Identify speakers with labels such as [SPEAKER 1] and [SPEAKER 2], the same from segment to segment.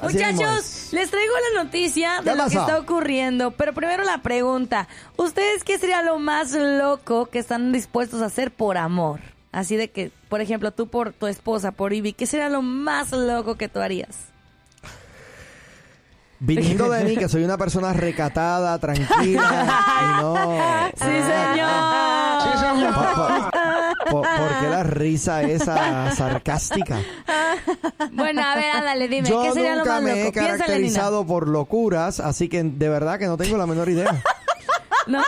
[SPEAKER 1] Así mismo
[SPEAKER 2] Muchachos, les traigo la noticia de
[SPEAKER 1] ¿Qué
[SPEAKER 2] lo que
[SPEAKER 1] pasó?
[SPEAKER 2] está ocurriendo, pero primero la pregunta. ¿Ustedes qué sería lo más loco que están dispuestos a hacer por amor? Así de que, por ejemplo, tú por tu esposa, por Ivy, ¿qué sería lo más loco que tú harías?
[SPEAKER 1] Viniendo de mí, que soy una persona recatada, tranquila, y no...
[SPEAKER 2] Sí, señor.
[SPEAKER 1] Po- po- po- ¿Por qué la risa esa sarcástica?
[SPEAKER 2] Bueno, a ver, ándale, dime,
[SPEAKER 1] Yo
[SPEAKER 2] ¿qué sería lo
[SPEAKER 1] nunca
[SPEAKER 2] más
[SPEAKER 1] me
[SPEAKER 2] loco?
[SPEAKER 1] he
[SPEAKER 2] Piénsale, Nina.
[SPEAKER 1] caracterizado por locuras, así que de verdad que no tengo la menor idea.
[SPEAKER 2] ¿No?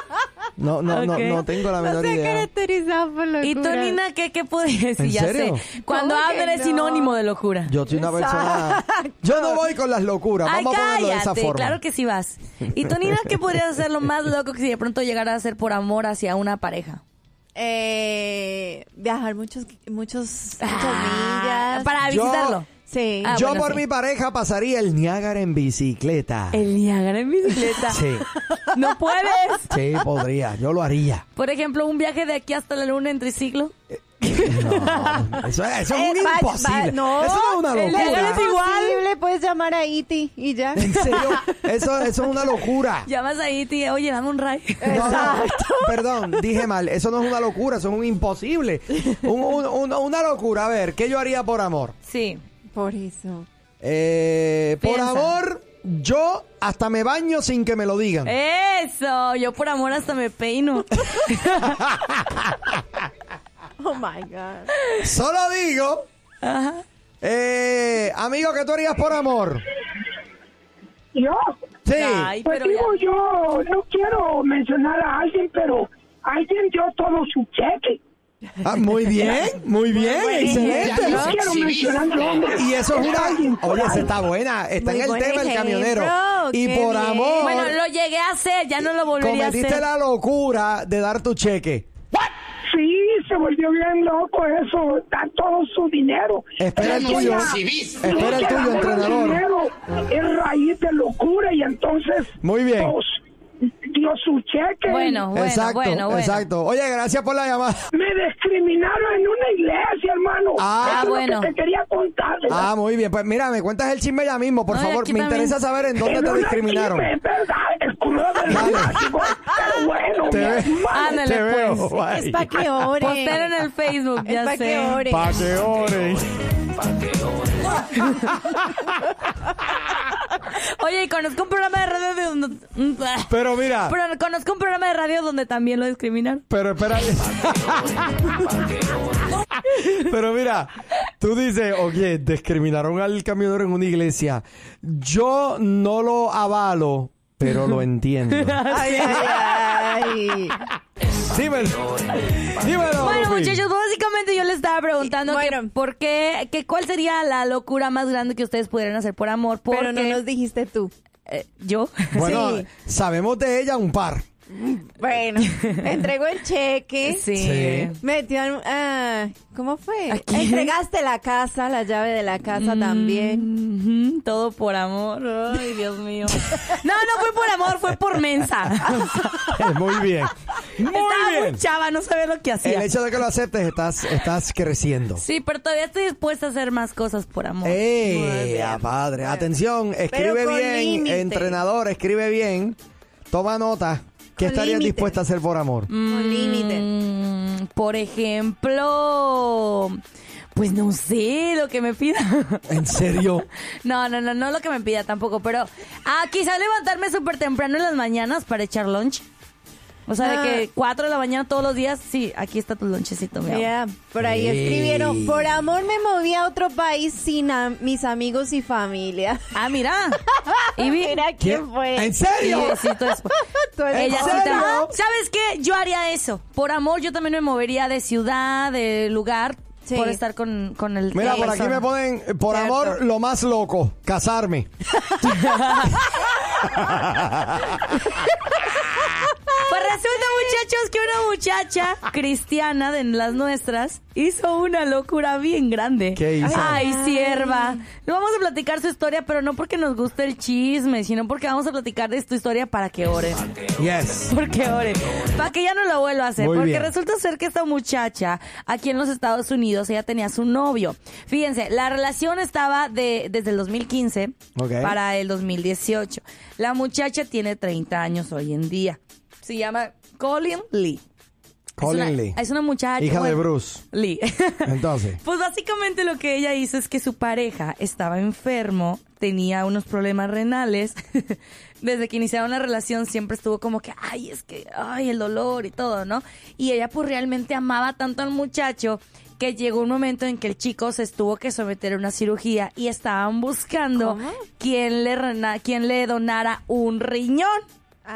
[SPEAKER 1] No, no,
[SPEAKER 2] Ok.
[SPEAKER 1] no, no tengo la menor idea.
[SPEAKER 3] caracterizado por locura.
[SPEAKER 2] ¿Y tú, Nina, qué, qué podrías decir?
[SPEAKER 1] ¿En
[SPEAKER 2] Ya
[SPEAKER 1] serio?
[SPEAKER 2] sé. Cuando
[SPEAKER 3] ¿Cómo que
[SPEAKER 2] habla es
[SPEAKER 3] no?
[SPEAKER 2] sinónimo de locura.
[SPEAKER 1] Yo soy una persona. Yo no voy con las locuras.
[SPEAKER 2] Ay,
[SPEAKER 1] Vamos a ponerlo de esa
[SPEAKER 2] cállate,
[SPEAKER 1] forma.
[SPEAKER 2] claro que sí vas. ¿Y tú, Nina, qué podrías hacer lo más loco que si de pronto llegara a ser por amor hacia una pareja?
[SPEAKER 3] Eh, viajar muchos, muchos, muchas
[SPEAKER 2] Ah,
[SPEAKER 3] millas.
[SPEAKER 2] Para
[SPEAKER 1] Yo-
[SPEAKER 2] visitarlo.
[SPEAKER 3] Sí.
[SPEAKER 2] Ah,
[SPEAKER 1] Yo
[SPEAKER 2] bueno,
[SPEAKER 1] por
[SPEAKER 2] sí.
[SPEAKER 1] mi pareja pasaría el Niágara en bicicleta.
[SPEAKER 2] El Niágara en bicicleta.
[SPEAKER 1] Sí,
[SPEAKER 2] No puedes.
[SPEAKER 1] sí, podría. Yo lo haría.
[SPEAKER 2] Por ejemplo, un viaje de aquí hasta la luna en triciclo.
[SPEAKER 1] No, eso, es- eso es un
[SPEAKER 3] Eh, va-
[SPEAKER 1] imposible.
[SPEAKER 3] va- no,
[SPEAKER 1] eso no es una
[SPEAKER 3] el
[SPEAKER 1] locura.
[SPEAKER 3] Niágara es igual. Puedes llamar a Iti y ya.
[SPEAKER 1] En serio, eso, eso es una locura.
[SPEAKER 2] Llamas ahí y te oye, dame un ride.
[SPEAKER 1] No, no, perdón, dije mal. Eso no es una locura, eso es un imposible. Un- un- un- una locura. A ver, ¿qué yo haría por amor?
[SPEAKER 2] Sí.
[SPEAKER 3] Por eso.
[SPEAKER 1] Eh, por
[SPEAKER 2] Piensa.
[SPEAKER 1] amor, yo hasta me baño sin que me lo digan.
[SPEAKER 2] Eh. Eso. Yo por amor hasta me peino.
[SPEAKER 3] Oh my God.
[SPEAKER 1] Solo digo,
[SPEAKER 2] Ajá.
[SPEAKER 1] eh, amigo, ¿qué tú harías por amor?
[SPEAKER 4] Yo,
[SPEAKER 1] Sí.
[SPEAKER 2] Ay,
[SPEAKER 4] pues
[SPEAKER 2] pero ya.
[SPEAKER 4] digo yo, no quiero mencionar a alguien, pero alguien dio todo su cheque.
[SPEAKER 1] Ah, muy bien, muy bien, excelente.
[SPEAKER 4] No
[SPEAKER 1] ¿no?
[SPEAKER 4] quiero mencionar nombres.
[SPEAKER 1] Y eso es
[SPEAKER 4] alguien
[SPEAKER 1] una...
[SPEAKER 4] por
[SPEAKER 1] Oye,
[SPEAKER 4] ahí.
[SPEAKER 1] esa está buena. Está
[SPEAKER 3] Muy
[SPEAKER 1] en el
[SPEAKER 3] buen
[SPEAKER 1] tema el
[SPEAKER 3] ejemplo,
[SPEAKER 1] camionero. Y
[SPEAKER 3] qué
[SPEAKER 1] por
[SPEAKER 3] bien.
[SPEAKER 1] amor...
[SPEAKER 2] Bueno, lo llegué a hacer. Ya no lo volvería a hacer.
[SPEAKER 1] Cometiste la locura de dar tu cheque.
[SPEAKER 4] Sí, se volvió bien loco eso, dar todo su dinero.
[SPEAKER 1] Espera el
[SPEAKER 4] Eso
[SPEAKER 1] tuyo.
[SPEAKER 4] ya-
[SPEAKER 1] Espera el
[SPEAKER 4] que
[SPEAKER 1] tuyo,
[SPEAKER 4] dar todo
[SPEAKER 1] entrenador.
[SPEAKER 4] dinero Es raíz de locura y entonces...
[SPEAKER 1] Muy bien.
[SPEAKER 4] pues, dio su cheque.
[SPEAKER 2] Ah, Bueno, bueno,
[SPEAKER 1] exacto,
[SPEAKER 2] bueno, bueno.
[SPEAKER 1] exacto. Oye, gracias por la llamada.
[SPEAKER 4] Me discriminaron en una iglesia, hermano.
[SPEAKER 1] Ah,
[SPEAKER 4] Eso es lo
[SPEAKER 2] bueno.
[SPEAKER 4] que te quería contar.
[SPEAKER 1] Ah, muy bien. Pues mira, me cuentas el chisme ya mismo, por
[SPEAKER 2] Ay,
[SPEAKER 1] favor.
[SPEAKER 2] aquí
[SPEAKER 1] Me
[SPEAKER 2] también.
[SPEAKER 1] interesa saber en
[SPEAKER 4] En
[SPEAKER 1] dónde te
[SPEAKER 4] una
[SPEAKER 1] discriminaron.
[SPEAKER 4] chisme, ¿verdad? El culo del
[SPEAKER 1] Vale.
[SPEAKER 4] látigo. Pero bueno,
[SPEAKER 1] Te
[SPEAKER 4] mi
[SPEAKER 1] ve-
[SPEAKER 4] hermano.
[SPEAKER 2] Ándale,
[SPEAKER 1] Te veo.
[SPEAKER 2] pues.
[SPEAKER 1] bye.
[SPEAKER 3] Es para que ore.
[SPEAKER 2] Postero en el Facebook,
[SPEAKER 3] Es
[SPEAKER 2] ya
[SPEAKER 3] para que
[SPEAKER 2] sé.
[SPEAKER 3] ore.
[SPEAKER 1] Pa' que ores.
[SPEAKER 2] Oye, y conozco un programa de radio de donde... Mm, ah.
[SPEAKER 1] Pero mira, pero,
[SPEAKER 2] Pero conozco un programa de radio donde también lo discriminan.
[SPEAKER 1] espera. pero mira, tú dices, oye, discriminaron al camionero en una iglesia. Yo no lo avalo, pero lo entiendo.
[SPEAKER 3] Ay, ay, ay.
[SPEAKER 1] Dímelo. Dímelo.
[SPEAKER 2] Bueno,
[SPEAKER 1] Rufi.
[SPEAKER 2] muchachos, básicamente yo les estaba preguntando
[SPEAKER 3] Y,
[SPEAKER 2] que
[SPEAKER 3] bueno.
[SPEAKER 2] por qué, que cuál sería la locura más grande que ustedes pudieran hacer por amor. Porque,
[SPEAKER 3] Pero no nos dijiste tú.
[SPEAKER 2] eh, ¿Yo?
[SPEAKER 1] Bueno,
[SPEAKER 3] Sí.
[SPEAKER 1] sabemos de ella un par.
[SPEAKER 3] Bueno, entregó el cheque.
[SPEAKER 2] Sí.
[SPEAKER 1] Sí.
[SPEAKER 3] Metió al- ah, ¿Cómo fue?
[SPEAKER 2] ¿A quién?
[SPEAKER 3] Entregaste la casa, la llave de la casa también.
[SPEAKER 2] Ujú, Mm, todo por amor. Ay, Dios mío. No, no fue por amor, fue por mensa.
[SPEAKER 1] Muy bien. Muy
[SPEAKER 2] Estaba
[SPEAKER 1] bien.
[SPEAKER 2] muy chava, no sabía lo que hacía.
[SPEAKER 1] El hecho de que lo aceptes, estás, estás creciendo.
[SPEAKER 2] Sí, pero todavía estoy dispuesta a hacer más cosas por
[SPEAKER 1] Eh,
[SPEAKER 2] amor.
[SPEAKER 1] ¡Ey! ah, padre! Atención, escribe
[SPEAKER 3] con
[SPEAKER 1] bien,
[SPEAKER 3] límite.
[SPEAKER 1] entrenador, escribe bien. Toma nota. ¿Qué
[SPEAKER 3] Con
[SPEAKER 1] estarías
[SPEAKER 3] límite.
[SPEAKER 1] dispuesta a hacer por amor?
[SPEAKER 3] Con límite.
[SPEAKER 2] Mm, por ejemplo, pues no sé lo que me pida.
[SPEAKER 1] ¿En serio?
[SPEAKER 2] No, no, no, no lo que me pida tampoco, pero ah, quizá levantarme súper temprano en las mañanas para echar lunch. O sea,
[SPEAKER 3] Ah.
[SPEAKER 2] de que 4 de la mañana todos los días, sí, aquí está tu lonchecito, mi amor.
[SPEAKER 3] Mira, por ahí
[SPEAKER 1] Ey.
[SPEAKER 3] escribieron, por amor me moví a otro país sin a- mis amigos y familia.
[SPEAKER 2] Ah, mira. Y vi.
[SPEAKER 3] Mira quién fue.
[SPEAKER 1] ¿En serio?
[SPEAKER 2] Sí, sí, tu esp-
[SPEAKER 3] Tu
[SPEAKER 2] Ella sí
[SPEAKER 3] esposa.
[SPEAKER 2] te-
[SPEAKER 1] serio?
[SPEAKER 2] ¿Sabes qué? Yo haría eso. Por amor, yo también me movería de ciudad, de lugar,
[SPEAKER 3] Sí.
[SPEAKER 2] por estar con, con el
[SPEAKER 1] Mira,
[SPEAKER 2] la
[SPEAKER 1] por aquí me
[SPEAKER 2] persona.
[SPEAKER 1] ponen, eh, por
[SPEAKER 3] Cierto.
[SPEAKER 1] amor, lo más loco, casarme.
[SPEAKER 2] Pues resulta, hechos que una muchacha cristiana de las nuestras hizo una locura bien grande.
[SPEAKER 1] ¿Qué hizo?
[SPEAKER 2] Ay, sierva. No vamos a platicar su historia, pero no porque nos guste el chisme, sino porque vamos a platicar de tu historia para que oren.
[SPEAKER 1] Yes.
[SPEAKER 2] Porque ore. Para que ya no lo vuelva a hacer.
[SPEAKER 1] Muy
[SPEAKER 2] porque
[SPEAKER 1] bien.
[SPEAKER 2] resulta ser que esta muchacha, aquí en los Estados Unidos, ella tenía su novio. Fíjense, la relación estaba de, desde el 2015
[SPEAKER 1] Ok.
[SPEAKER 2] para el 2018. La muchacha tiene 30 años hoy en día. Se llama Colin Lee. es
[SPEAKER 1] Colin
[SPEAKER 2] una,
[SPEAKER 1] Lee.
[SPEAKER 2] Es una muchacha.
[SPEAKER 1] Hija de
[SPEAKER 2] bueno,
[SPEAKER 1] Bruce.
[SPEAKER 2] Lee.
[SPEAKER 1] Entonces.
[SPEAKER 2] Pues básicamente lo que ella hizo es que su pareja estaba enfermo, tenía unos problemas renales. Desde que iniciaron la relación siempre estuvo como que, ay, es que, ay, el dolor y todo, ¿no? Y ella pues realmente amaba tanto al muchacho que llegó un momento en que el chico se tuvo que someter a una cirugía y estaban buscando
[SPEAKER 3] ¿Cómo?
[SPEAKER 2] quién le, rena- quién le donara un riñón.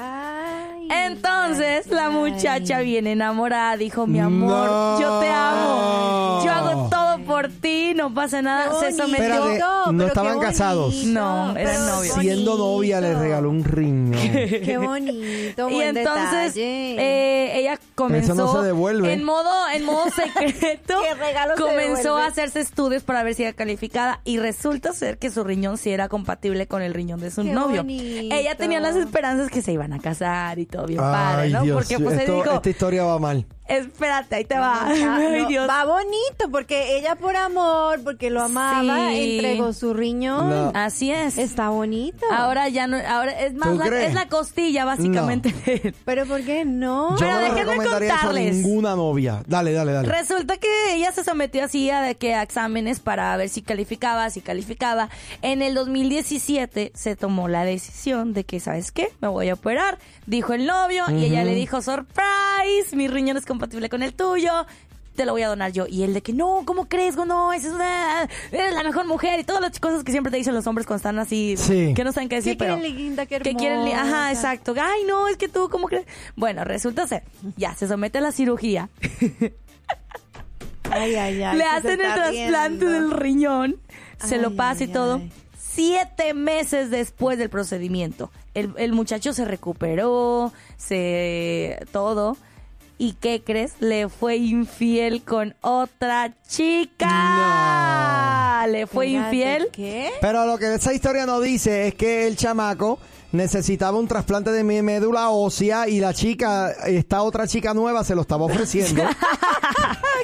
[SPEAKER 3] Ay,
[SPEAKER 2] Entonces
[SPEAKER 3] ay,
[SPEAKER 2] la
[SPEAKER 3] ay.
[SPEAKER 2] muchacha viene enamorada, dijo, mi amor,
[SPEAKER 1] No.
[SPEAKER 2] yo te amo, yo hago todo por ti, no pasa nada,
[SPEAKER 3] Qué
[SPEAKER 2] se sometió.
[SPEAKER 1] Espérate,
[SPEAKER 3] bonito,
[SPEAKER 1] no
[SPEAKER 3] pero qué
[SPEAKER 1] estaban
[SPEAKER 3] bonito.
[SPEAKER 1] casados.
[SPEAKER 2] No, eran
[SPEAKER 3] Pero
[SPEAKER 2] novios.
[SPEAKER 1] Siendo
[SPEAKER 3] bonito.
[SPEAKER 1] novia le regaló un riñón.
[SPEAKER 3] Qué bonito,
[SPEAKER 2] Y
[SPEAKER 3] buen
[SPEAKER 2] entonces
[SPEAKER 3] detalle.
[SPEAKER 2] eh, ella comenzó
[SPEAKER 1] Eso no se devuelve.
[SPEAKER 2] en modo en modo secreto
[SPEAKER 3] Qué regalo se
[SPEAKER 2] comenzó
[SPEAKER 3] devuelve.
[SPEAKER 2] a hacerse estudios para ver si era calificada y resulta ser que su riñón sí era compatible con el riñón de su
[SPEAKER 3] Qué
[SPEAKER 2] novio.
[SPEAKER 3] bonito.
[SPEAKER 2] Ella tenía las esperanzas que se iban a casar y todo bien padre,
[SPEAKER 1] Ay,
[SPEAKER 2] ¿no?
[SPEAKER 1] Dios.
[SPEAKER 2] Porque pues él
[SPEAKER 1] esto- este
[SPEAKER 2] dijo,
[SPEAKER 1] Esta historia va mal.
[SPEAKER 2] espérate, ahí te va.
[SPEAKER 3] Ah,
[SPEAKER 2] Ay,
[SPEAKER 3] no,
[SPEAKER 2] Dios.
[SPEAKER 3] Va bonito porque ella por amor, porque lo amaba,
[SPEAKER 2] Sí.
[SPEAKER 3] entregó su riñón.
[SPEAKER 1] No.
[SPEAKER 2] Así es.
[SPEAKER 3] Está bonito.
[SPEAKER 2] Ahora ya no, ahora es más
[SPEAKER 1] ¿Tú
[SPEAKER 2] la,
[SPEAKER 1] crees?
[SPEAKER 2] es la costilla básicamente.
[SPEAKER 3] Pero ¿por qué no?
[SPEAKER 1] Yo
[SPEAKER 2] Pero
[SPEAKER 1] no le
[SPEAKER 2] déjenme
[SPEAKER 1] recomendaría eso a
[SPEAKER 2] contarles.
[SPEAKER 1] ninguna novia. Dale, dale, dale.
[SPEAKER 2] Resulta que ella se sometió así a, de que a exámenes para ver si calificaba, si calificaba. En el 2017 se tomó la decisión de que, ¿sabes qué? Me voy a operar. Dijo el novio y ella le dijo, surprise, mi riñón es compatible con el tuyo. Te lo voy a donar yo. Y él de que, no, ¿cómo crees? No, esa es una, eres la mejor mujer y todas las cosas que siempre te dicen los hombres cuando están así,
[SPEAKER 1] Sí.
[SPEAKER 2] que no saben qué decir, pero...
[SPEAKER 3] quieren, linda? Qué
[SPEAKER 2] que quieren li-
[SPEAKER 3] hermosa.
[SPEAKER 2] ajá exacto ay no es que tú cómo crees bueno resulta ser ya se somete a la cirugía
[SPEAKER 3] Ay, ay, ay,
[SPEAKER 2] le
[SPEAKER 3] que se
[SPEAKER 2] hacen el
[SPEAKER 3] está
[SPEAKER 2] trasplante
[SPEAKER 3] riendo.
[SPEAKER 2] del riñón se
[SPEAKER 3] Ay,
[SPEAKER 2] lo pasa y
[SPEAKER 3] ay,
[SPEAKER 2] todo
[SPEAKER 3] ay.
[SPEAKER 2] siete meses después del procedimiento el, el muchacho se recuperó se todo y qué crees le fue infiel con otra chica le fue
[SPEAKER 3] Espérate,
[SPEAKER 2] infiel
[SPEAKER 3] ¿Qué?
[SPEAKER 1] Pero lo que esa historia no dice es que el chamaco necesitaba un trasplante de mi- médula ósea y la chica, esta otra chica nueva, se lo estaba ofreciendo.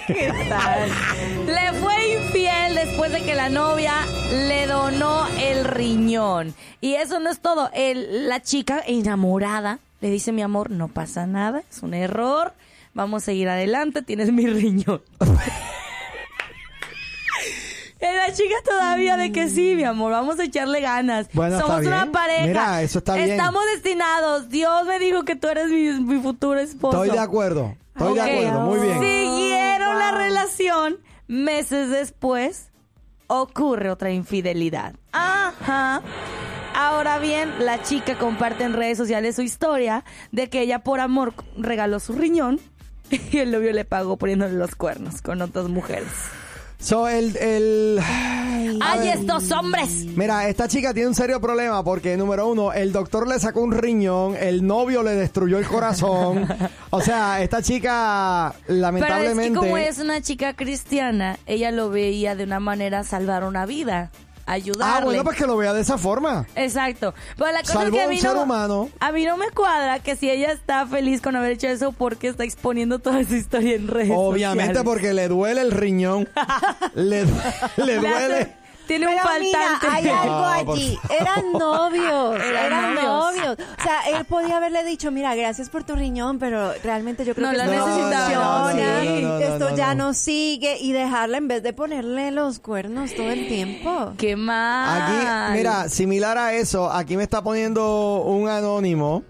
[SPEAKER 2] ¿Qué tal? Le fue infiel después de que la novia le donó el riñón. Y eso no es todo. El- la chica enamorada le dice, mi amor, no pasa nada, es un error. Vamos a seguir adelante, tienes mi riñón. Y La chica todavía de que sí, mi amor, vamos a echarle ganas.
[SPEAKER 1] Bueno,
[SPEAKER 2] Somos
[SPEAKER 1] está
[SPEAKER 2] una
[SPEAKER 1] bien.
[SPEAKER 2] pareja.
[SPEAKER 1] Mira, eso está bien.
[SPEAKER 2] Estamos destinados. Dios me dijo que tú eres mi, mi futuro esposo.
[SPEAKER 1] Estoy de acuerdo. Estoy
[SPEAKER 2] Ok.
[SPEAKER 1] de acuerdo. Muy bien.
[SPEAKER 2] Siguieron
[SPEAKER 3] Oh,
[SPEAKER 2] la
[SPEAKER 3] wow.
[SPEAKER 2] relación. Meses después, ocurre otra infidelidad. Ajá. Ahora bien, la chica comparte en redes sociales su historia de que ella por amor regaló su riñón y el novio le pagó poniéndole los cuernos con otras mujeres.
[SPEAKER 1] So, el, el-
[SPEAKER 2] ¡Ay, estos hombres!
[SPEAKER 1] Mira, esta chica tiene un serio problema porque, número uno, el doctor le sacó un riñón, el novio le destruyó el corazón. o sea, esta chica,
[SPEAKER 2] Pero es
[SPEAKER 1] lamentablemente...
[SPEAKER 2] que como es una chica cristiana, ella lo veía de una manera salvar una vida, ayudarle.
[SPEAKER 1] Ah, bueno, pues que lo vea de esa forma.
[SPEAKER 2] Exacto. Pero la cosa
[SPEAKER 1] Salvó
[SPEAKER 2] es que a
[SPEAKER 1] a un
[SPEAKER 2] mí,
[SPEAKER 1] ser
[SPEAKER 2] no,
[SPEAKER 1] humano.
[SPEAKER 2] a mí no me cuadra que si ella está feliz con haber hecho eso, porque está exponiendo toda su historia en redes
[SPEAKER 1] Obviamente
[SPEAKER 2] sociales?
[SPEAKER 1] porque le duele el riñón. le, le
[SPEAKER 2] Le hace-
[SPEAKER 1] duele.
[SPEAKER 2] Tiene un
[SPEAKER 3] Pero mira,
[SPEAKER 2] faltante.
[SPEAKER 3] hay algo
[SPEAKER 1] No, por
[SPEAKER 3] allí. Eran novios,
[SPEAKER 2] Eran
[SPEAKER 3] eran
[SPEAKER 2] novios.
[SPEAKER 3] novios. O sea, él podía haberle dicho, mira, gracias por tu riñón, pero realmente yo creo
[SPEAKER 2] No,
[SPEAKER 3] que
[SPEAKER 2] la
[SPEAKER 3] esto no
[SPEAKER 2] necesitaba.
[SPEAKER 3] funciona,
[SPEAKER 2] No, no,
[SPEAKER 1] no, no, no,
[SPEAKER 3] esto
[SPEAKER 1] no,
[SPEAKER 3] ya
[SPEAKER 1] no.
[SPEAKER 3] no sigue y dejarla en vez de ponerle los cuernos todo el tiempo.
[SPEAKER 2] Qué mal.
[SPEAKER 1] Aquí, mira, similar a eso, aquí me está poniendo un anónimo.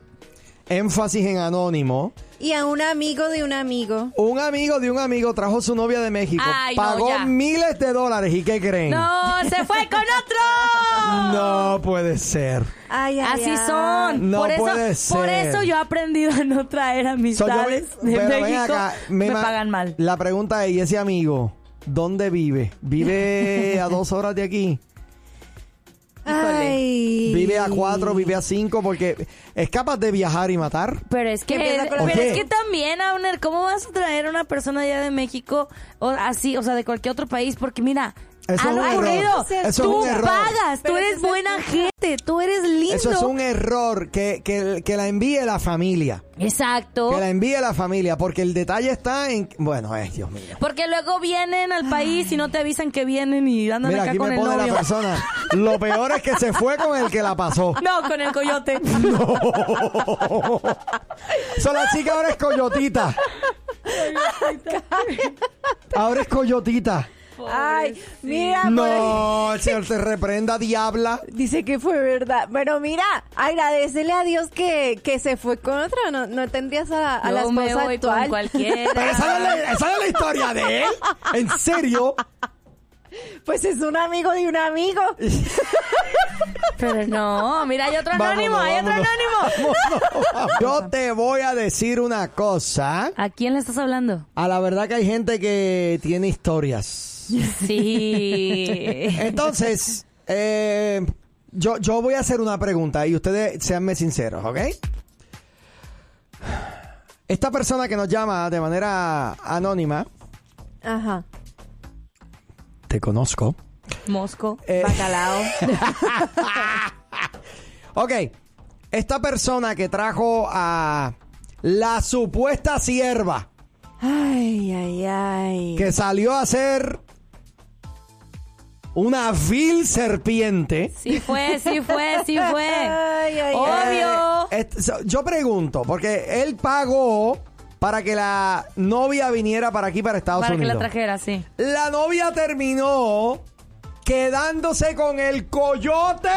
[SPEAKER 1] Énfasis en anónimo.
[SPEAKER 3] Y a un amigo de un amigo.
[SPEAKER 1] Un amigo de un amigo trajo su novia de México.
[SPEAKER 2] Ay, no,
[SPEAKER 1] pagó
[SPEAKER 2] ya.
[SPEAKER 1] miles de dólares. ¿Y qué creen?
[SPEAKER 2] No, se fue con otro.
[SPEAKER 1] No puede ser.
[SPEAKER 3] Ay, ay,
[SPEAKER 2] Así
[SPEAKER 3] ay.
[SPEAKER 2] son.
[SPEAKER 1] No
[SPEAKER 2] por eso,
[SPEAKER 1] puede ser.
[SPEAKER 2] por eso yo he aprendido a no traer
[SPEAKER 1] So, yo me-
[SPEAKER 2] amistades
[SPEAKER 1] pero
[SPEAKER 2] de
[SPEAKER 1] ven
[SPEAKER 2] México.
[SPEAKER 1] acá,
[SPEAKER 2] me
[SPEAKER 1] ma-
[SPEAKER 2] pagan mal.
[SPEAKER 1] La pregunta es, ¿y ese amigo dónde vive? ¿Vive a dos horas de aquí?
[SPEAKER 3] Ay,
[SPEAKER 1] Vive vive a cuatro, vive a cinco, porque es capaz de viajar y matar.
[SPEAKER 2] Pero es que,
[SPEAKER 3] Que empieza con la-
[SPEAKER 2] pero
[SPEAKER 1] Oye.
[SPEAKER 2] es que también, Auner, ¿cómo vas a traer a una persona allá de México o así, o sea, de cualquier otro país? Porque mira,
[SPEAKER 1] Eso es un
[SPEAKER 2] aburrido,
[SPEAKER 1] error. Eso es
[SPEAKER 2] tú
[SPEAKER 1] un error.
[SPEAKER 2] pagas, tú
[SPEAKER 3] Pero ese
[SPEAKER 2] eres
[SPEAKER 3] es el
[SPEAKER 2] buena gente, tú eres lindo.
[SPEAKER 1] Eso es un error que, que, que la envíe la familia.
[SPEAKER 2] Exacto.
[SPEAKER 1] Que la envíe la familia, porque el detalle está en... Bueno, es Dios mío.
[SPEAKER 2] Porque luego vienen al país y no te avisan que vienen y andan
[SPEAKER 1] Mira,
[SPEAKER 2] acá
[SPEAKER 1] aquí
[SPEAKER 2] con
[SPEAKER 1] me
[SPEAKER 2] el
[SPEAKER 1] pone la
[SPEAKER 2] novio.
[SPEAKER 1] persona. Lo peor es que se fue con el que la pasó.
[SPEAKER 2] No, con el coyote.
[SPEAKER 1] So, la chica ahora es coyotita. Ahora es coyotita.
[SPEAKER 2] Ah,
[SPEAKER 3] Ay, mira,
[SPEAKER 2] pues.
[SPEAKER 3] por ahí-
[SPEAKER 1] No, el señor te reprenda, diabla.
[SPEAKER 3] Dice que fue verdad. Bueno, mira, agradecele a Dios que, que se fue con otra. No, no tendrías a, a la
[SPEAKER 2] Yo me
[SPEAKER 3] esposa
[SPEAKER 2] voy con
[SPEAKER 3] actual.
[SPEAKER 2] cualquiera.
[SPEAKER 1] Pero esa no, es la, esa no es la historia de él. ¿En serio?
[SPEAKER 3] Pues es un amigo de un amigo.
[SPEAKER 2] Pero no, mira, hay otro
[SPEAKER 1] Vámonos,
[SPEAKER 2] anónimo, hay otro
[SPEAKER 1] vámonos.
[SPEAKER 2] anónimo.
[SPEAKER 1] Yo te voy a decir una cosa.
[SPEAKER 2] ¿A quién le estás hablando?
[SPEAKER 1] A la verdad que hay gente que tiene historias.
[SPEAKER 2] Sí.
[SPEAKER 1] Entonces, eh, yo, yo voy a hacer una pregunta y ustedes seanme sinceros, ¿ok? Esta persona que nos llama de manera anónima,
[SPEAKER 3] Ajá.
[SPEAKER 1] te conozco.
[SPEAKER 2] Mosco,
[SPEAKER 1] Eh.
[SPEAKER 2] bacalao.
[SPEAKER 1] Ok, esta persona que trajo a la supuesta sierva
[SPEAKER 3] Ay, ay, ay.
[SPEAKER 1] que salió a ser una vil serpiente.
[SPEAKER 2] Sí fue, sí fue, sí fue.
[SPEAKER 3] Ay, ay, ay.
[SPEAKER 2] Obvio.
[SPEAKER 1] Eh, est- so- yo pregunto, porque él pagó para que la novia viniera para aquí, para Estados
[SPEAKER 2] Para que la
[SPEAKER 1] Unidos.
[SPEAKER 2] trajera, sí.
[SPEAKER 1] La novia terminó quedándose con el coyote.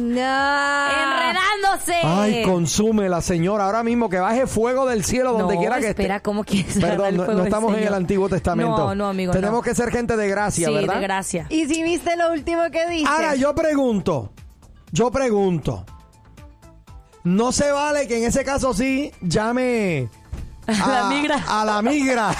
[SPEAKER 3] No.
[SPEAKER 2] Enredándose.
[SPEAKER 1] Ay, consume la señora. Ahora mismo que baje fuego del cielo donde
[SPEAKER 2] no,
[SPEAKER 1] quiera que esté.
[SPEAKER 2] espera, ¿cómo quieres agarrar
[SPEAKER 1] Perdón,
[SPEAKER 2] el
[SPEAKER 1] no,
[SPEAKER 2] fuego
[SPEAKER 1] no
[SPEAKER 2] del
[SPEAKER 1] estamos en
[SPEAKER 2] Señor?
[SPEAKER 1] el Antiguo Testamento.
[SPEAKER 2] No, no, amigo,
[SPEAKER 1] Tenemos
[SPEAKER 2] no.
[SPEAKER 1] que ser gente de gracia,
[SPEAKER 2] Sí,
[SPEAKER 1] ¿verdad?
[SPEAKER 2] de gracia.
[SPEAKER 3] ¿Y si viste lo último que dice?
[SPEAKER 1] Ahora, yo pregunto. Yo pregunto. No se vale que en ese caso sí llame
[SPEAKER 2] A la migra.
[SPEAKER 1] a la migra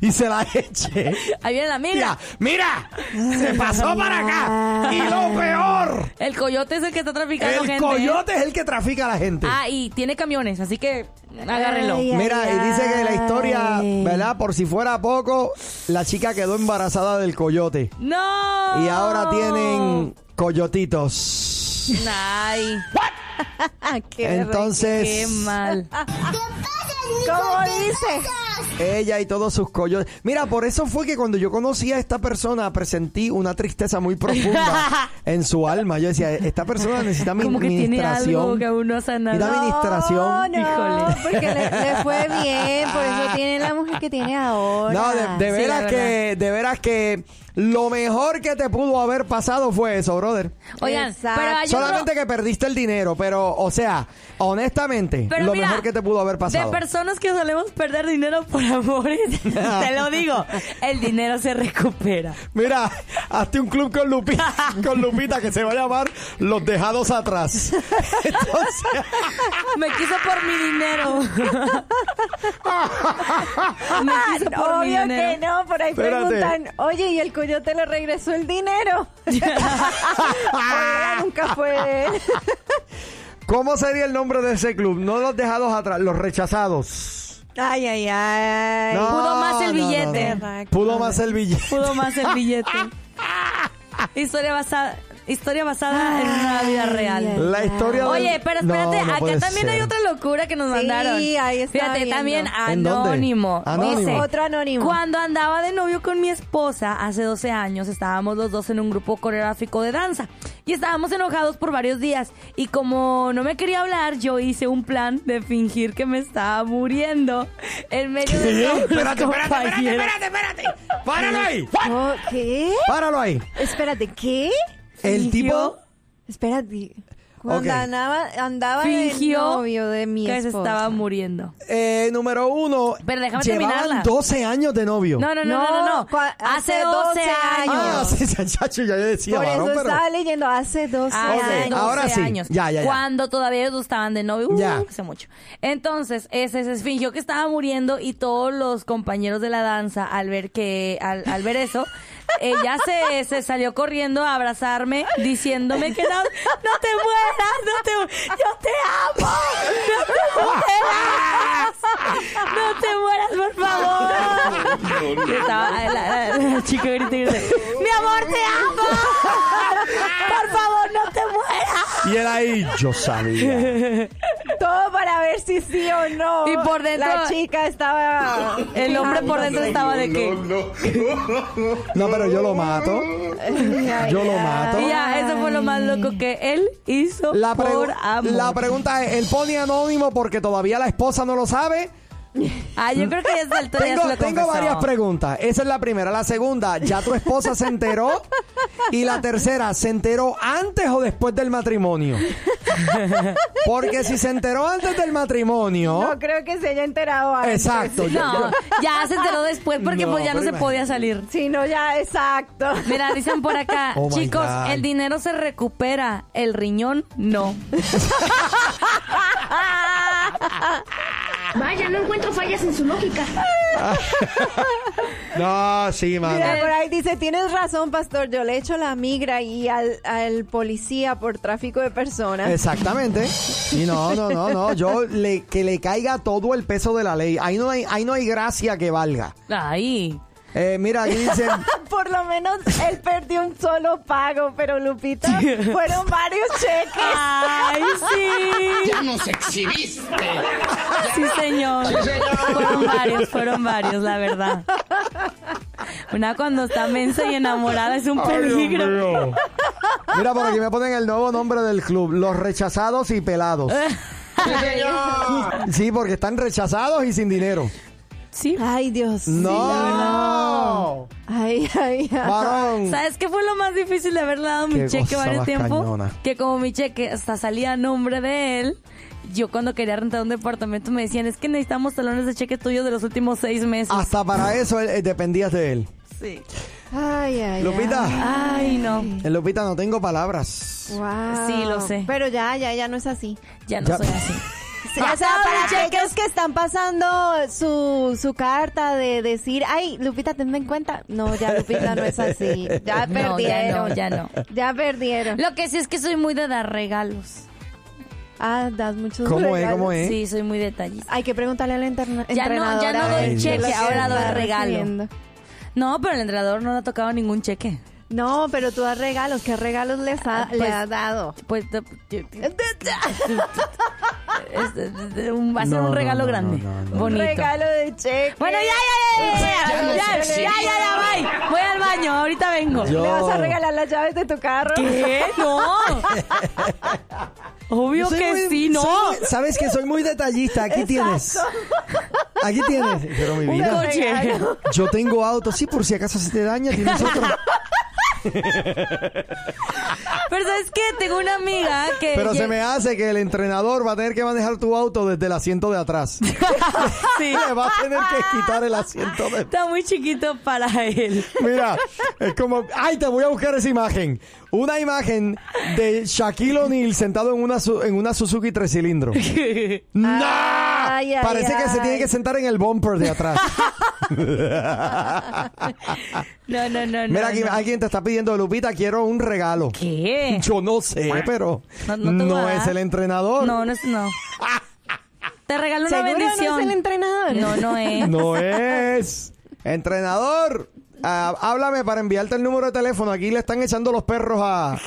[SPEAKER 1] y se la eche.
[SPEAKER 2] Ahí viene la
[SPEAKER 1] Mira,
[SPEAKER 2] migra.
[SPEAKER 1] mira, se pasó para acá. Y lo peor,
[SPEAKER 2] El coyote es el que está traficando
[SPEAKER 1] el
[SPEAKER 2] gente.
[SPEAKER 1] coyote es el que trafica a la gente.
[SPEAKER 2] Ah, y tiene camiones, así que agárrenlo.
[SPEAKER 3] Ay,
[SPEAKER 1] Mira, y dice que la historia,
[SPEAKER 3] ay.
[SPEAKER 1] ¿verdad? Por si fuera poco, la chica quedó embarazada del coyote.
[SPEAKER 2] ¡No!
[SPEAKER 1] Y ahora tienen coyotitos.
[SPEAKER 2] Ay,
[SPEAKER 3] Ah, qué
[SPEAKER 2] qué
[SPEAKER 1] Entonces,
[SPEAKER 2] mal.
[SPEAKER 3] berre- ¿Cómo dice?
[SPEAKER 1] ella y todos sus coyotes. Mira, por eso fue que cuando yo conocí a esta persona, presentí una tristeza muy profunda en su alma. Yo decía, esta persona necesita mi
[SPEAKER 2] Como que tiene algo
[SPEAKER 1] administración.
[SPEAKER 2] que aún no ha sanado.
[SPEAKER 1] Mira, administración.
[SPEAKER 3] Oh, No, no,
[SPEAKER 2] Híjole.
[SPEAKER 3] porque le, le fue bien, por eso tiene la mujer que tiene ahora.
[SPEAKER 1] No, de, de
[SPEAKER 2] Sí, la
[SPEAKER 1] veras
[SPEAKER 2] verdad.
[SPEAKER 1] que, de veras que lo mejor que te pudo haber pasado fue eso, brother.
[SPEAKER 2] Oigan,
[SPEAKER 3] Exacto.
[SPEAKER 2] pero hay otro-
[SPEAKER 1] Solamente que perdiste el dinero, pero, o sea, honestamente,
[SPEAKER 2] Pero
[SPEAKER 1] lo
[SPEAKER 2] mira,
[SPEAKER 1] mejor que te pudo haber pasado.
[SPEAKER 2] De personas que solemos perder dinero por amores, te lo digo, el dinero se recupera.
[SPEAKER 1] Mira, hazte un club con Lupita, con Lupita que se va a llamar Los Dejados Atrás. Entonces,
[SPEAKER 2] Me quiso por mi dinero. Me quiso por mi
[SPEAKER 3] Ah, Obvio que
[SPEAKER 2] dinero.
[SPEAKER 3] no, por ahí
[SPEAKER 1] Espérate.
[SPEAKER 3] preguntan, oye, ¿y el coyote le regresó el dinero? Oiga, nunca fue él.
[SPEAKER 1] ¿cómo sería el nombre de ese club? No Los Dejados Atrás, Los Rechazados.
[SPEAKER 3] Ay, ay, ay.
[SPEAKER 1] No,
[SPEAKER 2] Eh, pudo más el billete.
[SPEAKER 1] Pudo más el billete.
[SPEAKER 2] Pudo más el billete. Historia basada, historia basada en una vida real.
[SPEAKER 3] ay,
[SPEAKER 1] La historia del-
[SPEAKER 2] Oye, pero
[SPEAKER 1] No,
[SPEAKER 2] espérate,
[SPEAKER 1] no
[SPEAKER 2] acá
[SPEAKER 1] puede
[SPEAKER 2] también hay
[SPEAKER 1] ser.
[SPEAKER 2] otra locura que nos mandaron.
[SPEAKER 3] ahí está
[SPEAKER 2] Fíjate,
[SPEAKER 3] viendo.
[SPEAKER 2] también
[SPEAKER 1] ¿En dónde?
[SPEAKER 2] anónimo.
[SPEAKER 1] Anónimo.
[SPEAKER 2] Dice,
[SPEAKER 3] Otro anónimo.
[SPEAKER 2] Cuando andaba de novio con mi esposa hace 12 años, estábamos los dos en un grupo coreográfico de danza y estábamos enojados por varios días. Y como no me quería hablar, yo hice un plan de fingir que me estaba muriendo en medio de
[SPEAKER 1] ¿Qué?
[SPEAKER 2] todos los
[SPEAKER 1] Espérate, espérate, espérate,
[SPEAKER 2] compañeros.
[SPEAKER 1] espérate, espérate. Páralo ahí.
[SPEAKER 3] Oh, ¿Qué?
[SPEAKER 1] Páralo ahí.
[SPEAKER 3] Espérate, ¿qué?
[SPEAKER 1] El
[SPEAKER 2] Fingió.
[SPEAKER 1] tipo.
[SPEAKER 3] Espérate. Cuando
[SPEAKER 1] Ok.
[SPEAKER 3] andaba, andaba de
[SPEAKER 2] Fingió
[SPEAKER 3] novio de mi
[SPEAKER 2] que se
[SPEAKER 3] esposa.
[SPEAKER 2] estaba muriendo.
[SPEAKER 1] eh, número uno.
[SPEAKER 2] Pero déjame
[SPEAKER 1] llevaban
[SPEAKER 2] terminarla.
[SPEAKER 1] 12 años de novio.
[SPEAKER 2] No, no, no, no, no. no.
[SPEAKER 3] cua-
[SPEAKER 2] Hace 12 años.
[SPEAKER 1] Ah, sí, chacho, ya yo decía,
[SPEAKER 3] Por eso
[SPEAKER 1] varón, pero-
[SPEAKER 3] estaba leyendo hace 12
[SPEAKER 2] Ah,
[SPEAKER 1] Ok,
[SPEAKER 3] años.
[SPEAKER 1] ahora
[SPEAKER 2] doce
[SPEAKER 1] sí.
[SPEAKER 2] años.
[SPEAKER 1] Ya, ya, ya.
[SPEAKER 2] Cuando todavía ellos estaban de novio. Uh,
[SPEAKER 1] Ya.
[SPEAKER 2] Hace mucho. Entonces, ese se fingió que estaba muriendo y todos los compañeros de la danza, al ver que, al, al ver eso, ella se, se salió corriendo a abrazarme, diciéndome que no, no te mueras, no te mu- yo te amo, no te mueras, no te mueras, por favor. Y estaba la, la- la chica grita y grita, mi amor, te amo, por favor, no te mueras.
[SPEAKER 1] Y él ahí, yo sabía.
[SPEAKER 3] Todo para ver si sí o no.
[SPEAKER 2] Y por dentro-
[SPEAKER 3] La chica estaba.
[SPEAKER 2] El hombre por dentro estaba de que...
[SPEAKER 1] No, pero yo lo mato. Yo lo mato.
[SPEAKER 2] Y ya, eso fue lo más loco que él hizo
[SPEAKER 1] La, pregu-
[SPEAKER 2] por amor.
[SPEAKER 1] la pregunta es, ¿él pone anónimo porque todavía la esposa no lo sabe?
[SPEAKER 2] ah, yo creo que ya se altura ya
[SPEAKER 1] Tengo,
[SPEAKER 2] se lo
[SPEAKER 1] tengo
[SPEAKER 2] confesó.
[SPEAKER 1] varias preguntas. Esa es la primera. La segunda, ¿ya tu esposa se enteró? Y la tercera, ¿se enteró antes o después del matrimonio? Porque si se enteró antes del matrimonio...
[SPEAKER 3] No creo que se haya enterado antes.
[SPEAKER 1] exacto. yo-
[SPEAKER 2] No, ya se enteró después porque
[SPEAKER 1] No,
[SPEAKER 2] pues ya no
[SPEAKER 1] pero
[SPEAKER 2] se
[SPEAKER 1] imagínate.
[SPEAKER 2] podía salir.
[SPEAKER 3] Sí, no, ya, exacto.
[SPEAKER 2] Mira, dicen por acá,
[SPEAKER 1] Oh my
[SPEAKER 2] chicos,
[SPEAKER 1] God.
[SPEAKER 2] el dinero se recupera, el riñón no.
[SPEAKER 5] Vaya, no encuentro fallas en su lógica.
[SPEAKER 1] No, sí,
[SPEAKER 3] Mira,
[SPEAKER 1] madre.
[SPEAKER 3] por ahí dice, tienes razón, pastor, yo le echo la migra y al, al policía por tráfico de personas.
[SPEAKER 1] Exactamente. Y no, no, no, no. Yo le, que le caiga todo el peso de la ley. Ahí no hay, ahí no hay gracia que valga.
[SPEAKER 2] Ahí.
[SPEAKER 1] Eh, mira, aquí dicen.
[SPEAKER 3] Por lo menos él perdió un solo pago, pero Lupita, fueron varios cheques.
[SPEAKER 2] Ay, sí.
[SPEAKER 6] ¡Ya nos exhibiste!
[SPEAKER 2] Sí, señor. Fueron varios, fueron varios, la verdad. Una cuando está mensa y enamorada es un peligro.
[SPEAKER 1] Mira, por aquí me ponen el nuevo nombre del club: Los Rechazados y Pelados. Sí, porque están rechazados y sin dinero.
[SPEAKER 2] Sí.
[SPEAKER 3] Ay, Dios.
[SPEAKER 1] ¡No!
[SPEAKER 3] Ay, ay, ay.
[SPEAKER 1] ¡Varón!
[SPEAKER 2] ¿Sabes qué fue lo más difícil de haber dado mi
[SPEAKER 1] Qué
[SPEAKER 2] cheque
[SPEAKER 1] gozabas
[SPEAKER 2] varios tiempo?
[SPEAKER 1] cañona.
[SPEAKER 2] Que como mi cheque hasta salía a nombre de él, yo cuando quería rentar un departamento me decían, es que necesitamos talones de cheque tuyo de los últimos seis meses.
[SPEAKER 1] Hasta para eso eh, dependías de él.
[SPEAKER 2] Sí.
[SPEAKER 3] Ay, ay,
[SPEAKER 1] Lupita,
[SPEAKER 2] Ay, no.
[SPEAKER 1] eh, Lupita, no tengo palabras.
[SPEAKER 3] ay. Wow.
[SPEAKER 2] Sí, lo sé.
[SPEAKER 3] Pero ya, ya, ya no es así.
[SPEAKER 2] Ya no
[SPEAKER 1] Ya.
[SPEAKER 2] soy así.
[SPEAKER 3] O sea, para aquellos que están pasando su, su carta de decir, ay, Lupita, tenme en cuenta. No, ya Lupita no es así. Ya
[SPEAKER 2] No, ya
[SPEAKER 3] perdieron.
[SPEAKER 2] no, ya no.
[SPEAKER 3] Ya perdieron.
[SPEAKER 2] Lo que sí es que soy muy de dar regalos.
[SPEAKER 3] Ah, das muchos
[SPEAKER 1] ¿Cómo es?
[SPEAKER 3] regalos.
[SPEAKER 1] ¿Cómo es?
[SPEAKER 2] Sí, soy muy detallista.
[SPEAKER 3] Hay que preguntarle a la interna-
[SPEAKER 2] Ya no, ya no
[SPEAKER 3] entrenadora
[SPEAKER 1] doy
[SPEAKER 3] de-
[SPEAKER 1] cheque,
[SPEAKER 3] de lo que
[SPEAKER 1] ahora doy
[SPEAKER 3] está
[SPEAKER 2] regalo.
[SPEAKER 3] recibiendo.
[SPEAKER 2] No, pero el entrenador no le ha tocado ningún cheque.
[SPEAKER 3] No, pero tú das regalos. ¿Qué regalos les ha,
[SPEAKER 2] Ah, pues-
[SPEAKER 3] le has dado? Pues...
[SPEAKER 2] Es- es- es un- va a ser
[SPEAKER 1] No,
[SPEAKER 2] un
[SPEAKER 1] no,
[SPEAKER 2] regalo
[SPEAKER 1] no,
[SPEAKER 2] grande.
[SPEAKER 1] no, no, no.
[SPEAKER 2] Bonito.
[SPEAKER 3] Regalo de cheque.
[SPEAKER 2] Bueno, ya, ya, ya, ya, ya, ya, ya, ya, ya, bye. Voy al baño, ahorita vengo.
[SPEAKER 1] Yo-
[SPEAKER 3] ¿Le vas a regalar las llaves de tu carro?
[SPEAKER 2] ¿Qué? No. Obvio
[SPEAKER 1] Soy
[SPEAKER 2] que
[SPEAKER 1] muy-
[SPEAKER 2] sí, no.
[SPEAKER 1] soy muy- Sabes que soy muy detallista. Aquí tienes. Aquí tienes. Pero mi
[SPEAKER 2] Un
[SPEAKER 1] vida.
[SPEAKER 2] coche.
[SPEAKER 3] regalo.
[SPEAKER 1] Yo tengo auto, sí, por si acaso se te daña, tienes otro.
[SPEAKER 2] Pero ¿sabes qué? Tengo una amiga que...
[SPEAKER 1] Pero se me hace que el entrenador va a tener que manejar tu auto desde el asiento de atrás.
[SPEAKER 2] Sí,
[SPEAKER 1] Le va a tener que quitar el asiento de...
[SPEAKER 2] está muy chiquito para él.
[SPEAKER 1] Mira, es como... ¡Ay, te voy a buscar esa imagen! Una imagen de Shaquille O'Neal sentado en una, su- en una Suzuki tres cilindros. ¡No!
[SPEAKER 3] Ay, ay,
[SPEAKER 1] Parece que se
[SPEAKER 3] ay.
[SPEAKER 1] tiene que sentar en el bumper de atrás.
[SPEAKER 2] No, no, no, no.
[SPEAKER 1] Mira, aquí,
[SPEAKER 2] no.
[SPEAKER 1] alguien te está pidiendo, Lupita, quiero un regalo.
[SPEAKER 2] ¿Qué?
[SPEAKER 1] Yo no sé, pero
[SPEAKER 2] No,
[SPEAKER 1] no,
[SPEAKER 2] no te voy a dar.
[SPEAKER 1] es el entrenador.
[SPEAKER 2] No, no es... No. Te regalo una
[SPEAKER 3] ¿Seguro
[SPEAKER 2] bendición.
[SPEAKER 3] no es el entrenador?
[SPEAKER 2] No, no es.
[SPEAKER 1] No es. Entrenador, ah, háblame para enviarte el número de teléfono. Aquí le están echando los perros a, a,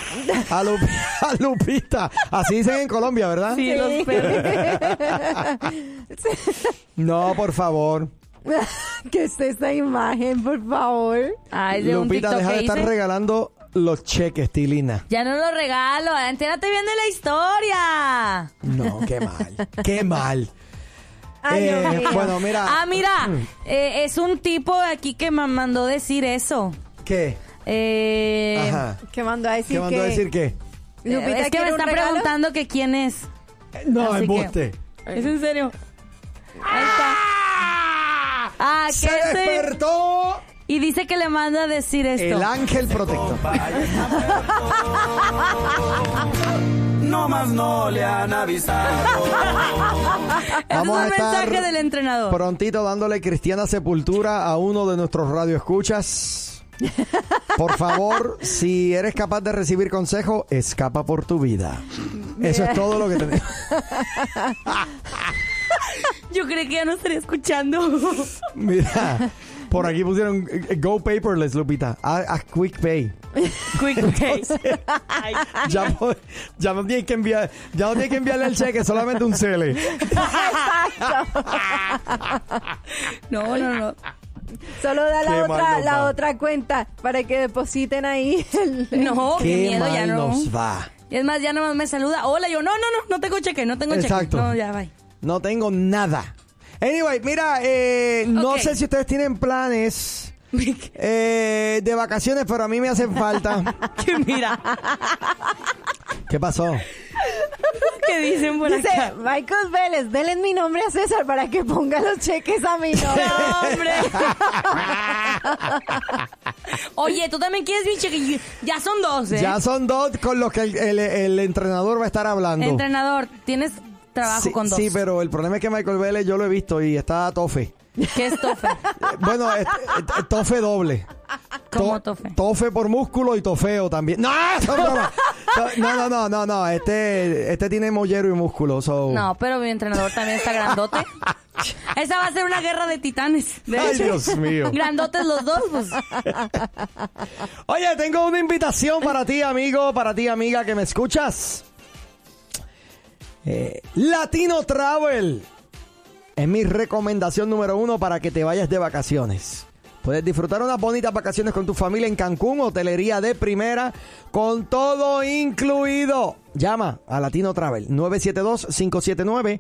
[SPEAKER 1] Lu- a Lupita. Así dicen en Colombia, ¿verdad?
[SPEAKER 2] Sí, los perros.
[SPEAKER 1] No, por favor.
[SPEAKER 3] ¿Qué es esta imagen, por favor?
[SPEAKER 2] Ay, Ah, de un
[SPEAKER 1] Lupita,
[SPEAKER 2] TikTok
[SPEAKER 1] deja
[SPEAKER 2] que
[SPEAKER 1] de estar
[SPEAKER 2] hice.
[SPEAKER 1] regalando los cheques, Tilina.
[SPEAKER 2] Ya no lo regalo, entérate bien de la historia.
[SPEAKER 1] No, qué mal. Qué mal.
[SPEAKER 3] Ay,
[SPEAKER 1] Eh,
[SPEAKER 3] Dios mío.
[SPEAKER 1] bueno, mira.
[SPEAKER 2] Ah, mira,
[SPEAKER 1] Mm.
[SPEAKER 2] eh, es un tipo de aquí que me mandó decir eso.
[SPEAKER 1] ¿Qué?
[SPEAKER 2] Eh,
[SPEAKER 1] Ajá.
[SPEAKER 3] ¿Qué mandó a decir
[SPEAKER 1] ¿Qué mandó
[SPEAKER 3] que...
[SPEAKER 1] a decir qué?
[SPEAKER 2] eh,
[SPEAKER 3] Lupita,
[SPEAKER 2] es que me
[SPEAKER 3] ¿quiere un
[SPEAKER 2] está
[SPEAKER 3] regalo?
[SPEAKER 2] preguntando que quién es.
[SPEAKER 1] No,
[SPEAKER 2] Así que-
[SPEAKER 1] embuste.
[SPEAKER 2] Es en serio. Ahí está. Ah,
[SPEAKER 1] Se
[SPEAKER 2] que ese-
[SPEAKER 1] despertó
[SPEAKER 2] Y dice que le manda a decir esto.
[SPEAKER 1] el ángel protector.
[SPEAKER 7] No más no le han avisado.
[SPEAKER 2] Este es
[SPEAKER 1] Vamos
[SPEAKER 2] un
[SPEAKER 1] a estar
[SPEAKER 2] mensaje del entrenador.
[SPEAKER 1] Prontito dándole cristiana sepultura a uno de nuestros radioescuchas. Por favor, si eres capaz de recibir consejo, escapa por tu vida. Eso es todo lo que tenemos.
[SPEAKER 2] Yo creí que ya no estaría escuchando.
[SPEAKER 1] Mira, por aquí pusieron eh, Go Paperless, Lupita. Haz haz Quick Pay.
[SPEAKER 2] Quick Pay.
[SPEAKER 1] Ya, po- ya no tienes que enviar, ya no tienes que enviarle el cheque, solamente un cele.
[SPEAKER 2] No, no, no.
[SPEAKER 3] Solo da
[SPEAKER 1] Qué
[SPEAKER 3] la
[SPEAKER 1] mal
[SPEAKER 3] otra,
[SPEAKER 1] nos
[SPEAKER 3] la
[SPEAKER 1] va.
[SPEAKER 3] otra cuenta para que depositen ahí el...
[SPEAKER 2] No, Oh, qué,
[SPEAKER 1] Qué
[SPEAKER 2] miedo, ya
[SPEAKER 1] mal
[SPEAKER 2] no.
[SPEAKER 1] nos va.
[SPEAKER 2] Y es más, ya nomás me saluda. Hola, yo, no, no, no, no tengo cheque, no tengo
[SPEAKER 1] Exacto.
[SPEAKER 2] cheque. No, ya, bye.
[SPEAKER 1] No tengo nada. Anyway, mira, eh, no
[SPEAKER 2] Ok.
[SPEAKER 1] sé si ustedes tienen planes eh, de vacaciones, pero a mí me hacen falta.
[SPEAKER 2] Que mira,
[SPEAKER 1] ¿Qué pasó?
[SPEAKER 2] ¿qué dicen por
[SPEAKER 3] Dice
[SPEAKER 2] acá?
[SPEAKER 3] Michael Vélez, denle mi nombre a César para que ponga los cheques a mi nombre.
[SPEAKER 2] No, hombre. Oye, tú también quieres mi cheque. Yo- Ya son dos, ¿eh?
[SPEAKER 1] Ya son dos con los que el, el- el entrenador va a estar hablando.
[SPEAKER 2] Entrenador, tienes trabajo
[SPEAKER 1] sí,
[SPEAKER 2] con dos.
[SPEAKER 1] sí, pero el problema es que Michael Vélez yo lo he visto y está tofe.
[SPEAKER 2] ¿Qué es tofe?
[SPEAKER 1] Eh, Bueno, es- es- es tofe doble.
[SPEAKER 2] ¿Cómo
[SPEAKER 1] To-
[SPEAKER 2] tofe?
[SPEAKER 1] Tofe por músculo y tofeo también. ¡No! son bromas! No, no, no, no, no. Este, este tiene mollero y músculo. so-
[SPEAKER 2] No, pero mi entrenador también está grandote. Esa va a ser una guerra de titanes. De
[SPEAKER 1] Ay,
[SPEAKER 2] hecho.
[SPEAKER 1] Dios mío.
[SPEAKER 2] Grandotes los dos, pues.
[SPEAKER 1] Oye, tengo una invitación para ti, amigo, para ti, amiga, que me escuchas. Eh, Latino Travel es mi recomendación número uno para que te vayas de vacaciones. Puedes disfrutar unas bonitas vacaciones con tu familia en Cancún, hotelería de primera, con todo incluido. Llama a Latino Travel 972-579-3009.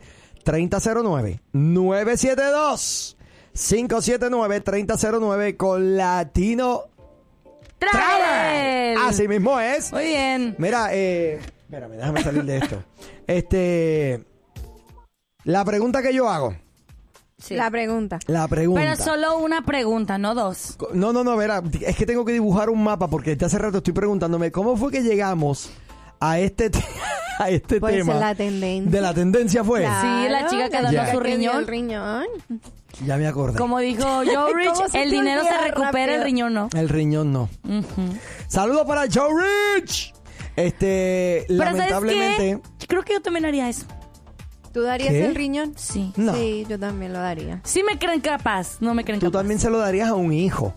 [SPEAKER 1] 972-579-3009 con Latino
[SPEAKER 2] ¡Travel!
[SPEAKER 1] Así mismo es.
[SPEAKER 2] Muy bien.
[SPEAKER 1] Mira, eh, espérame, déjame salir de esto. Este, la pregunta que yo hago,
[SPEAKER 2] Sí.
[SPEAKER 3] La pregunta.
[SPEAKER 1] la pregunta.
[SPEAKER 2] Pero solo una pregunta, no dos.
[SPEAKER 1] No, no, no, verá, es que tengo que dibujar un mapa porque desde hace rato estoy preguntándome cómo fue que llegamos a este te- a este
[SPEAKER 3] Pues,
[SPEAKER 1] tema.
[SPEAKER 3] la tendencia.
[SPEAKER 1] De la tendencia pues. fue.
[SPEAKER 2] Sí, la chica que
[SPEAKER 3] la
[SPEAKER 1] donó
[SPEAKER 3] chica
[SPEAKER 2] su
[SPEAKER 3] que dio
[SPEAKER 2] riñón.
[SPEAKER 3] el riñón.
[SPEAKER 1] Ya me acordé.
[SPEAKER 2] Como dijo Joe
[SPEAKER 3] ¿Cómo
[SPEAKER 2] Rich,
[SPEAKER 3] se
[SPEAKER 2] el
[SPEAKER 3] te
[SPEAKER 2] dinero se
[SPEAKER 3] olvida
[SPEAKER 2] recupera, el
[SPEAKER 3] rápido?
[SPEAKER 2] riñón no.
[SPEAKER 1] El riñón no. Saludos para Joe Rich. Este,
[SPEAKER 2] Pero
[SPEAKER 1] lamentablemente.
[SPEAKER 2] ¿sabes qué? Creo que yo también haría eso.
[SPEAKER 3] ¿Tú darías
[SPEAKER 1] ¿Qué?
[SPEAKER 3] el riñón?
[SPEAKER 2] Sí.
[SPEAKER 1] No.
[SPEAKER 3] Sí, yo también lo daría.
[SPEAKER 2] Sí me creen capaz, no me creen
[SPEAKER 1] Tú
[SPEAKER 2] capaz.
[SPEAKER 1] también se lo darías a un hijo.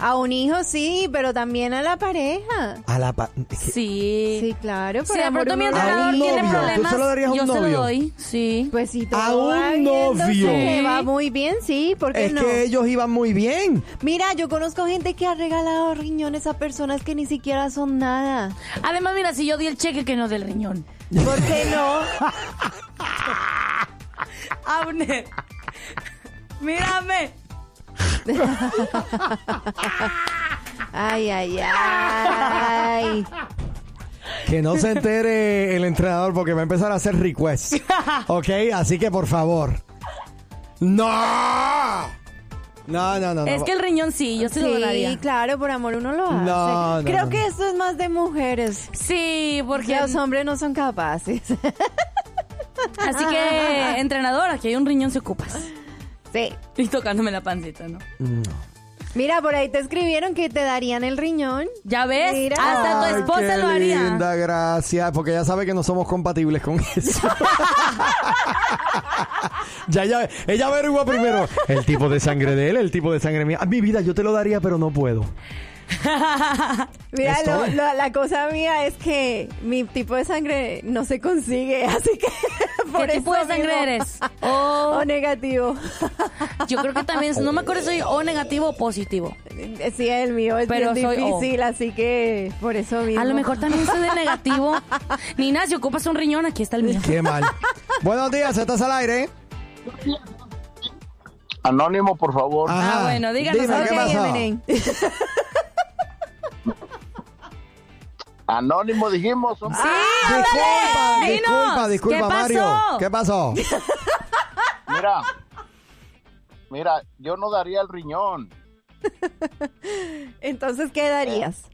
[SPEAKER 3] A un hijo sí, pero también a la pareja.
[SPEAKER 1] A la pa-
[SPEAKER 2] Sí.
[SPEAKER 3] Sí, claro.
[SPEAKER 2] Si
[SPEAKER 3] pero
[SPEAKER 2] de
[SPEAKER 3] por
[SPEAKER 2] pronto
[SPEAKER 3] un
[SPEAKER 2] mi
[SPEAKER 3] momento-
[SPEAKER 2] entrenador
[SPEAKER 1] novio.
[SPEAKER 2] tiene
[SPEAKER 1] ¿Tú se lo
[SPEAKER 2] problemas,
[SPEAKER 1] darías a un
[SPEAKER 2] yo se
[SPEAKER 1] novio?
[SPEAKER 2] lo doy. Sí.
[SPEAKER 3] Pues sí,
[SPEAKER 1] A un novio.
[SPEAKER 3] Te
[SPEAKER 2] Sí.
[SPEAKER 3] va muy bien, sí, ¿por qué
[SPEAKER 1] Es
[SPEAKER 3] no?
[SPEAKER 1] que ellos iban muy bien.
[SPEAKER 3] Mira, yo conozco gente que ha regalado riñones a personas que ni siquiera son nada.
[SPEAKER 2] Además, mira, si yo di el cheque que no del riñón.
[SPEAKER 3] ¿Por qué no?
[SPEAKER 2] Abner. Mírame.
[SPEAKER 3] Ay, ay, ay.
[SPEAKER 1] Que no se entere el entrenador porque va a empezar a hacer requests. ¿Ok? Así que por favor. ¡No! No, no, no. no.
[SPEAKER 2] Es que el riñón sí, yo se lo
[SPEAKER 3] Sí,
[SPEAKER 2] donaría.
[SPEAKER 3] claro, por amor uno lo hace.
[SPEAKER 1] No, no,
[SPEAKER 3] Creo
[SPEAKER 1] no,
[SPEAKER 3] que
[SPEAKER 1] no.
[SPEAKER 3] esto es más de mujeres.
[SPEAKER 2] Sí, porque
[SPEAKER 3] Los hombres no son capaces.
[SPEAKER 2] así que entrenador, aquí hay un riñón se ocupas.
[SPEAKER 3] sí.
[SPEAKER 2] Y tocándome la pancita, ¿no?
[SPEAKER 1] Mm.
[SPEAKER 3] Mira, por ahí te escribieron que te darían el riñón.
[SPEAKER 2] Ya ves,
[SPEAKER 3] Mira.
[SPEAKER 2] hasta
[SPEAKER 1] Ay,
[SPEAKER 2] tu esposa
[SPEAKER 1] qué
[SPEAKER 2] lo haría.
[SPEAKER 1] Linda, gracias. Porque ya sabe que no somos compatibles con eso. ya, ya, ella averigua primero el tipo de sangre de él, el tipo de sangre mía. Ah, mi vida, yo te lo daría, pero no puedo.
[SPEAKER 3] Mira,
[SPEAKER 1] Es
[SPEAKER 3] lo-
[SPEAKER 1] todo.
[SPEAKER 3] lo- la cosa mía es que mi tipo de sangre no se consigue, así que. por
[SPEAKER 2] ¿Qué tipo
[SPEAKER 3] eso
[SPEAKER 2] de sangre
[SPEAKER 3] mismo-
[SPEAKER 2] eres?
[SPEAKER 3] O
[SPEAKER 2] O,
[SPEAKER 3] negativo.
[SPEAKER 2] yo creo que también, no me acuerdo si soy O negativo o positivo.
[SPEAKER 3] Sí, el mío es
[SPEAKER 2] Pero
[SPEAKER 3] bien
[SPEAKER 2] soy O.
[SPEAKER 3] difícil, así que por eso mismo.
[SPEAKER 2] A lo mejor también soy de negativo. Nina, si ocupas un riñón, aquí está el mío.
[SPEAKER 1] Qué mal. Buenos días, estás al aire.
[SPEAKER 6] Anónimo, por favor.
[SPEAKER 1] Ajá.
[SPEAKER 2] Ah, bueno, díganos,
[SPEAKER 1] Dime, ¿qué
[SPEAKER 3] Ok,
[SPEAKER 1] pasó?
[SPEAKER 3] Eminem.
[SPEAKER 6] Anónimo dijimos. hombre.
[SPEAKER 1] Disculpa,
[SPEAKER 2] Ándale,
[SPEAKER 1] disculpa,
[SPEAKER 2] Ah, dinos,
[SPEAKER 1] disculpa,
[SPEAKER 2] ¿qué
[SPEAKER 1] Mario.
[SPEAKER 2] pasó?
[SPEAKER 1] ¿Qué pasó?
[SPEAKER 6] Mira, mira, yo no daría el riñón.
[SPEAKER 3] Entonces, ¿qué darías?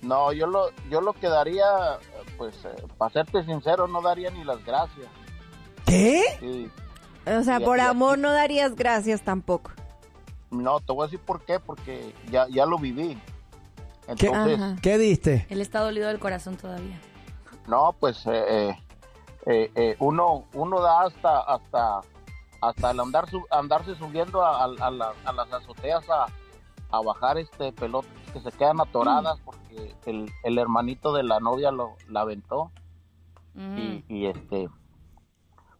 [SPEAKER 6] No, yo lo, yo lo que daría, pues, para serte sincero, no daría ni las gracias.
[SPEAKER 1] ¿Qué?
[SPEAKER 6] Sí.
[SPEAKER 3] O sea,
[SPEAKER 6] Ya-
[SPEAKER 3] por
[SPEAKER 6] ya-
[SPEAKER 3] amor no darías gracias tampoco.
[SPEAKER 6] No, te voy a decir por qué, porque ya, ya lo viví.
[SPEAKER 1] ¿Qué,
[SPEAKER 6] Entonces,
[SPEAKER 3] Ajá.
[SPEAKER 1] ¿Qué diste?
[SPEAKER 2] Él está dolido del corazón todavía.
[SPEAKER 6] no, pues eh, eh, eh, eh, uno, uno da hasta hasta hasta el andar su- andarse subiendo a, a- a la- a las azoteas a, a bajar este pelotas que se quedan atoradas porque el, el hermanito de la novia lo la aventó
[SPEAKER 2] Mm.
[SPEAKER 6] y, y, este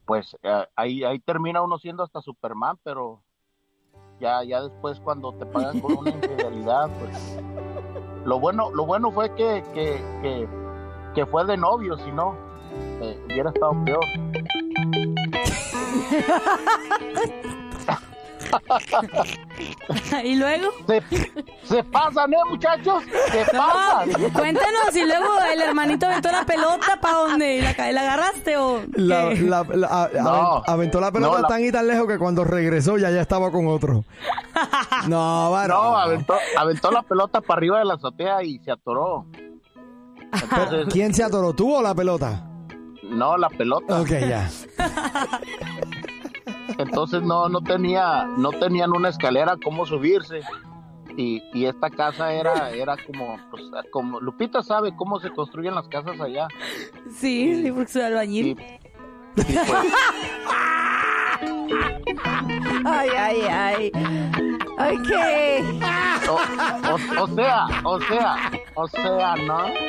[SPEAKER 6] pues eh, ahí ahí termina uno siendo hasta Superman pero ya ya después cuando te pagan con una infidelidad pues lo bueno lo bueno fue que que, que, que fue de novio si no eh, hubiera estado peor
[SPEAKER 2] ¿Y luego?
[SPEAKER 6] se, se pasan eh muchachos se pasan
[SPEAKER 2] No, cuéntanos, y luego el hermanito aventó la pelota, ¿para dónde? ¿Y la, ca- la agarraste o qué?
[SPEAKER 1] La- la- la- a-
[SPEAKER 6] No.
[SPEAKER 1] aven- aventó la pelota
[SPEAKER 6] No, la-
[SPEAKER 1] tan y tan lejos que cuando regresó ya ya estaba con otro. No, varón.
[SPEAKER 6] no aventó aventó la pelota para arriba de la azotea y se atoró entonces
[SPEAKER 1] ¿Quién se atoró? ¿Tú o la pelota?
[SPEAKER 6] no la pelota
[SPEAKER 1] Ok, ya.
[SPEAKER 6] Entonces no, no tenía, no tenían una escalera cómo subirse. Y, y esta casa era, era como, pues, como, Lupita sabe cómo se construyen las casas allá.
[SPEAKER 2] Sí, sí, porque soy
[SPEAKER 6] Y, y
[SPEAKER 2] albañil.
[SPEAKER 6] pues,
[SPEAKER 3] Ay, ay, ay. Ok.
[SPEAKER 6] o, o- o sea, o sea, o sea, ¿no?